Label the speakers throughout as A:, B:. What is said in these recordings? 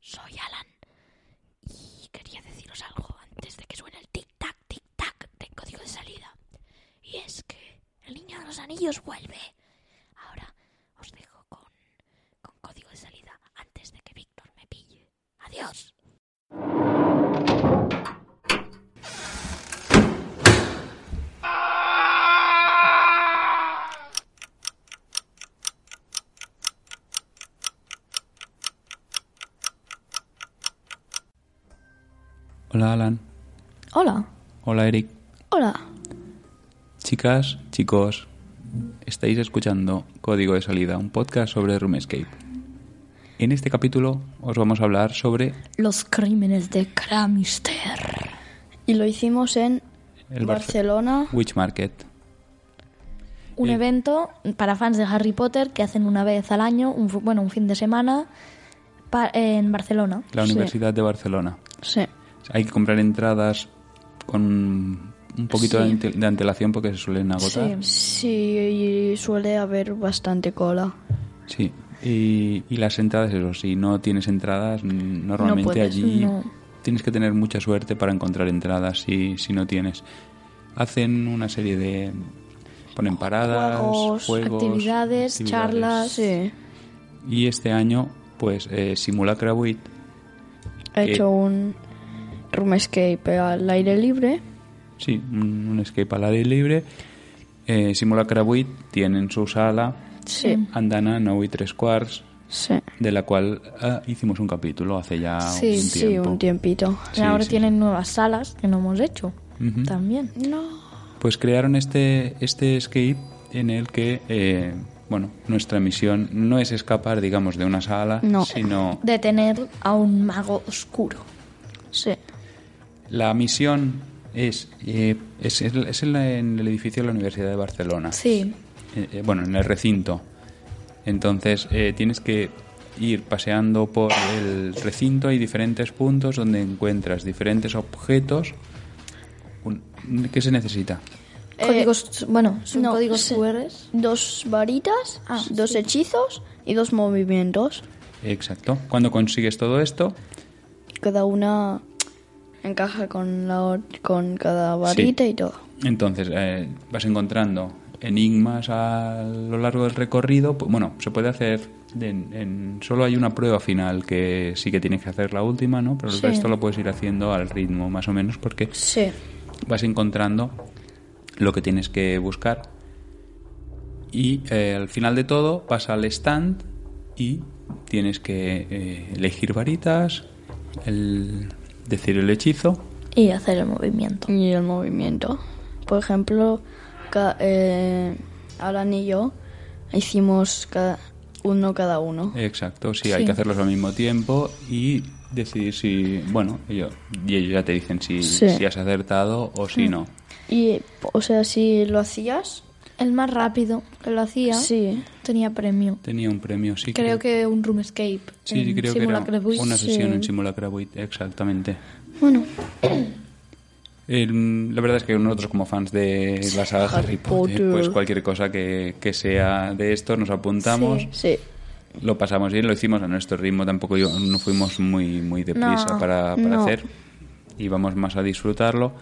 A: Soy Alan y quería deciros algo antes de que suene el tic-tac, tic-tac del código de salida. Y es que el niño de los anillos vuelve. Ahora os dejo con, con código de salida antes de que Víctor me pille. Adiós.
B: Hola Alan.
A: Hola,
B: Hola Eric.
A: hola.
B: Chicas, chicos. Estáis escuchando Código de Salida, un podcast sobre Roomscape. En este capítulo os vamos a hablar sobre
A: Los crímenes de Cramister.
C: Y lo hicimos en
B: el Barce-
C: Barcelona.
B: Witch Market.
A: Un
B: Eh.
A: evento para fans de Harry Potter que hacen una vez al año, un, fu- bueno, un fin de semana pa- en Barcelona.
B: La
C: Sí.
B: Universidad de Barcelona.
C: Sí.
B: Hay que comprar entradas con un poquito de,
C: Sí.
B: ante- de antelación porque se suelen agotar.
C: Sí, y suele haber bastante cola.
B: Sí. Y, y las entradas, eso, si no tienes entradas, mm, normalmente
C: puedes,
B: allí
A: no.
B: tienes que tener mucha suerte para encontrar entradas si, si no tienes. Hacen una serie de... Ponen paradas,
C: Juegos,
B: juegos,
A: actividades, charlas.
C: Sí.
B: Y este año, pues, eh, Simulacra Wit,
C: He
B: Eh.
C: hecho un room escape al aire libre.
B: sí, un, un escape al aire libre. Eh, Simulacra Wit tienen su sala,
C: Sí.
B: Andana 9 y 3 quarts,
C: Sí.
B: de la cual ah, hicimos un capítulo hace ya
C: Sí,
B: Ah, un
C: sí,
B: tiempo.
C: un tiempito.
B: Sí,
A: ahora
B: sí.
A: tienen nuevas salas que no hemos hecho
B: Ujú.
A: también.
C: No.
B: Pues crearon este, este escape en el que, eh, bueno, nuestra misión no es escapar, digamos, de una sala,
C: No.
B: sino
A: De tener a un mago oscuro.
C: Sí.
B: la misión es, eh, es, es- es en, la- en el edificio de la Universidad de Barcelona.
A: Sí.
B: Eh, eh, bueno, en el recinto. Entonces, eh, tienes que ir paseando por el recinto. Hay diferentes puntos donde encuentras diferentes objetos. Un- ¿Qué se necesita?
A: Eh, Códigos, bueno, son
C: eh, no,
A: códigos
C: sí.
A: QR.
C: Dos varitas,
A: Ah,
C: dos
A: sí.
C: hechizos y dos movimientos.
B: Exacto. Cuando consigues todo esto,
C: Y cada una encaja con, la, or- con cada varita y todo.
B: Entonces, eh, vas encontrando enigmas a lo largo del recorrido. Pu- Bueno, se puede hacer. de- en, en- solo hay una prueba final que sí que tienes que hacer la última, ¿no? Pero el
A: Sí.
B: resto lo puedes ir haciendo al ritmo, más o menos, porque
C: Sí.
B: vas encontrando lo que tienes que buscar. Y eh, al final de todo vas al stand y tienes que eh, elegir varitas, el- decir el hechizo.
A: Y hacer el movimiento.
C: Y el movimiento. Por ejemplo, ca- eh, Alan y yo hicimos ca- uno cada uno.
B: Eh. Exacto, sí,
A: Sí.
B: hay que hacerlos al mismo tiempo y decidir si, bueno, ellos, y ellos ya te dicen si,
C: Sí.
B: si has acertado o si no.
C: Y, o sea, si lo hacías,
A: El más rápido que lo hacía
C: sí.
A: tenía premio.
B: Tenía un premio, sí.
A: Creo que un room escape.
B: sí, sí,
A: en
B: creo que era
A: Simulacra Buit.
B: una
A: Sí.
B: sesión en Simulacra Buit, exactamente.
C: Bueno,
B: Eh, la verdad es que nosotros como fans de la saga Harry Potter,
C: Potter.
B: pues cualquier cosa que, que sea de esto nos apuntamos,
C: sí.
B: lo pasamos bien, lo hicimos a nuestro ritmo, tampoco yo- no fuimos muy, muy deprisa
A: No,
B: para, para
C: no.
B: hacer, íbamos más a disfrutarlo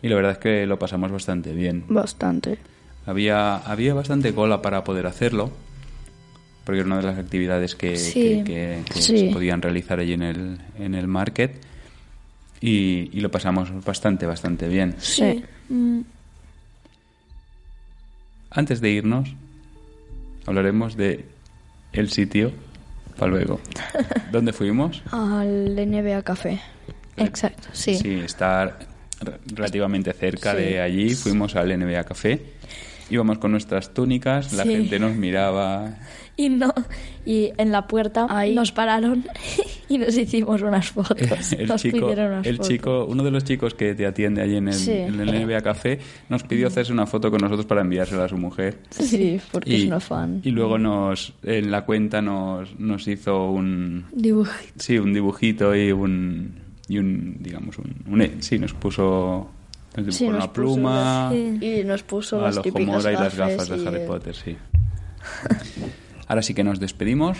B: y la verdad es que lo pasamos bastante bien.
C: Bastante.
B: Había, había bastante cola para poder hacerlo, porque era una de las actividades que,
A: Sí.
B: que- que- que
C: Sí.
B: se podían realizar allí en el, en el market. Y, y lo pasamos bastante, bastante bien.
A: Sí. Mm,
B: Antes de irnos, hablaremos de el sitio para luego. ¿Dónde fuimos?
C: Al NBA Café.
A: Exacto, sí.
B: está re- relativamente cerca
C: Sí.
B: de allí. Fuimos al NBA Café. Íbamos con nuestras túnicas, la
A: Sí.
B: gente nos miraba.
A: Y no, y en la puerta
C: Ahí.
A: nos pararon y nos hicimos unas fotos.
B: el
A: nos
B: chico,
A: pidieron unas
B: el
A: fotos.
B: chico, uno de los chicos que te atiende allí en el,
C: Sí.
B: en el NBA Café, nos pidió hacerse una foto con nosotros para enviársela a su mujer.
C: Sí, porque es una fan.
B: y luego nos, en la cuenta nos, nos hizo un,
A: Dibuj-
B: sí, un dibujito y un, y un, digamos, un, un- sí, nos puso, nos dibujó
C: Sí, nos
B: una pluma,
A: puso- sí.
C: Y nos puso
B: al
C: las
B: ojo
C: típicas
B: mora y
C: gafas
B: las gafas de Harry
C: el-
B: Potter, sí. Ahora sí que nos despedimos.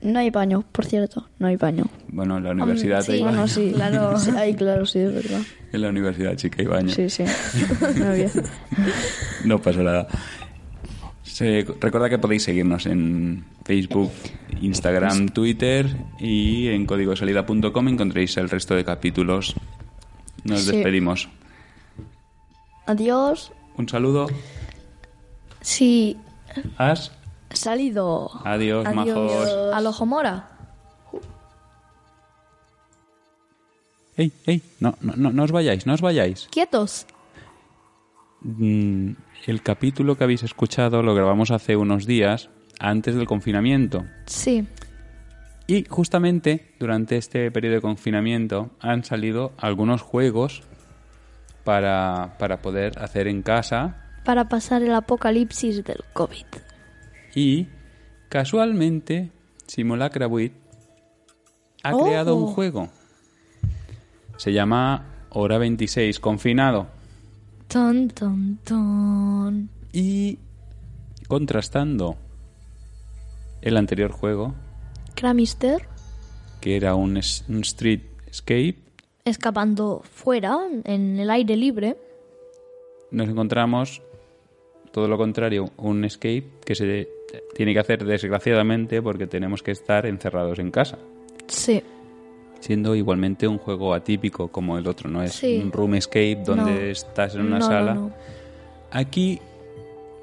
C: No hay baño, por cierto, no hay baño.
B: Bueno, en la universidad
A: sí.
B: hay
A: Bueno,
C: Bueno,
B: baño.
C: sí,
D: Claro.
C: Sí, ahí, claro, sí, es verdad.
B: En la universidad sí que hay baño.
C: Sí, sí. No había.
B: No pasa nada. Se, recuerda que podéis seguirnos en Facebook, Instagram, Twitter y en códigosalida.com encontréis el resto de capítulos. Nos
C: Sí.
B: despedimos.
C: Adiós.
B: Un saludo.
D: Sí,
B: As.
C: Salido.
B: Adiós,
D: Adiós.
B: majos.
D: al ojo mora.
B: Ey, ey, no, no, no, no os vayáis, no os vayáis.
D: Quietos.
B: Mm, el capítulo que habéis escuchado lo grabamos hace unos días, antes del confinamiento.
D: Sí.
B: Y justamente durante este periodo de confinamiento han salido algunos juegos para, para poder hacer en casa
D: Para pasar el apocalipsis del COVID.
B: y casualmente Simulacra Buit ha
D: Oh.
B: creado un juego. Se llama Hora 26 Confinado.
D: Ton, ton, ton.
B: Y contrastando el anterior juego,
D: Cramister
B: que era un, es- un Street Escape,
D: escapando fuera, en el aire libre.
B: nos encontramos todo lo contrario, un escape que se tiene que hacer desgraciadamente porque tenemos que estar encerrados en casa,
D: Sí.
B: siendo igualmente un juego atípico como el otro, no es
D: Sí.
B: un room escape donde
D: No.
B: estás en una
D: No, no,
B: sala.
D: no.
B: Aquí,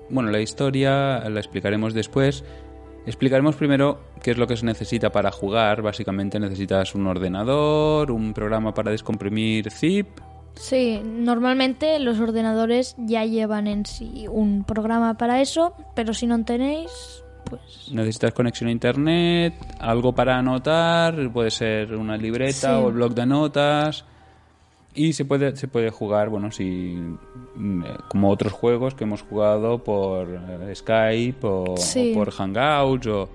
B: bueno, la historia la explicaremos después. Explicaremos primero qué es lo que se necesita para jugar. Básicamente necesitas un ordenador, un programa para descomprimir zip.
D: Sí, normalmente los ordenadores ya llevan en sí un programa para eso, pero si no tenéis, pues
B: Necesitas conexión a internet, algo para anotar, puede ser una libreta
D: Sí.
B: o el bloc de notas. Y se puede, se puede jugar, bueno, si mm, eh, como otros juegos que hemos jugado por eh, Skype o,
D: Sí.
B: o por Hangouts o-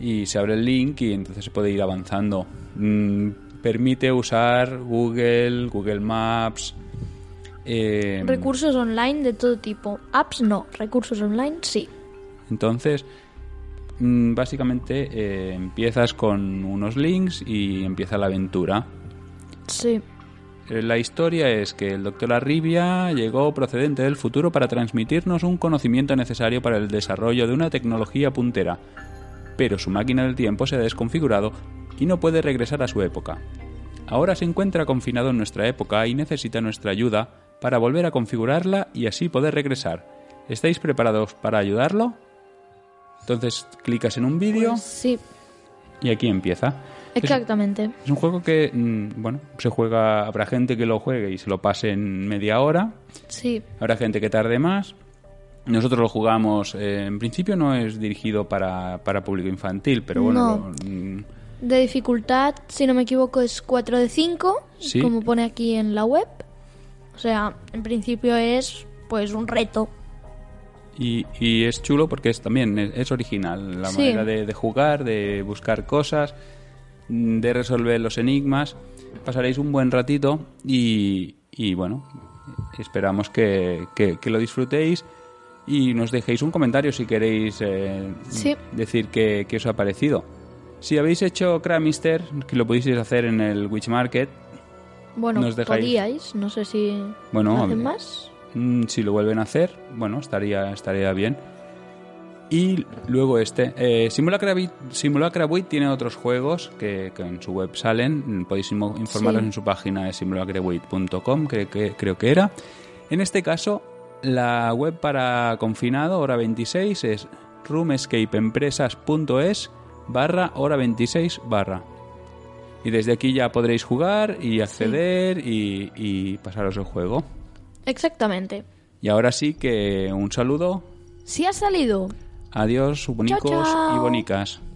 B: y se abre el link y entonces se puede ir avanzando. Mm, permite usar Google, Google Maps. eh,
D: recursos online de todo tipo. Apps no, recursos online sí.
B: Entonces, mm, básicamente eh, empiezas con unos links y empieza la aventura.
D: Sí.
B: Eh, La historia es que el doctor Arribia llegó procedente del futuro para transmitirnos un conocimiento necesario para el desarrollo de una tecnología puntera, pero su máquina del tiempo se ha desconfigurado y no puede regresar a su época. Ahora se encuentra confinado en nuestra época y necesita nuestra ayuda para volver a configurarla y así poder regresar. ¿Estáis preparados para ayudarlo? Entonces clicas en un vídeo
D: Pues sí,
B: y aquí empieza. Es-
D: exactamente.
B: es un juego que, mm, bueno, se juega, habrá gente que lo juegue y se lo pase en media hora,
D: Sí.
B: habrá gente que tarde más. Nosotros lo jugamos, eh, en principio no es dirigido para, para público infantil, pero bueno,
D: No.
B: lo- mm,
D: De dificultad, si no me equivoco, es 4 de 5,
B: Sí.
D: como pone aquí en la web. O sea, en principio es pues un reto.
B: y, y es chulo porque es también es, es original, la
D: Sí.
B: manera de, de jugar, de buscar cosas, mm, de resolver los enigmas. Pasaréis un buen ratito y, y bueno, esperamos que, que- que lo disfrutéis y nos dejéis un comentario si queréis eh,
D: Sí.
B: decir qué, qué os ha parecido. Si habéis hecho Cramister, que lo podéis hacer en el Witch Market,
D: Bueno,
B: Nos dejáis.
D: podíais, no sé si
B: Bueno, a
D: hacen
B: ver.
D: más.
B: Mm, si lo vuelven a hacer, bueno, estaría, estaría bien. Y luego este. Eh, Simulacra, Bit- Simulacra Buit tiene otros juegos que, que en su web salen. Mm, Podéis inmo- informaros
D: Sí.
B: en su página de simulacrabuit.com, que, que creo que era. En este caso, la web para confinado, hora 26, es roomescapeempresas.es barra hora 26 barra. Y desde aquí ya podréis jugar y acceder y- y pasaros el juego.
D: Exactamente.
B: Y ahora sí que un saludo.
D: Si ha salido
B: Adiós, bonicos
D: chao.
B: y bonicas.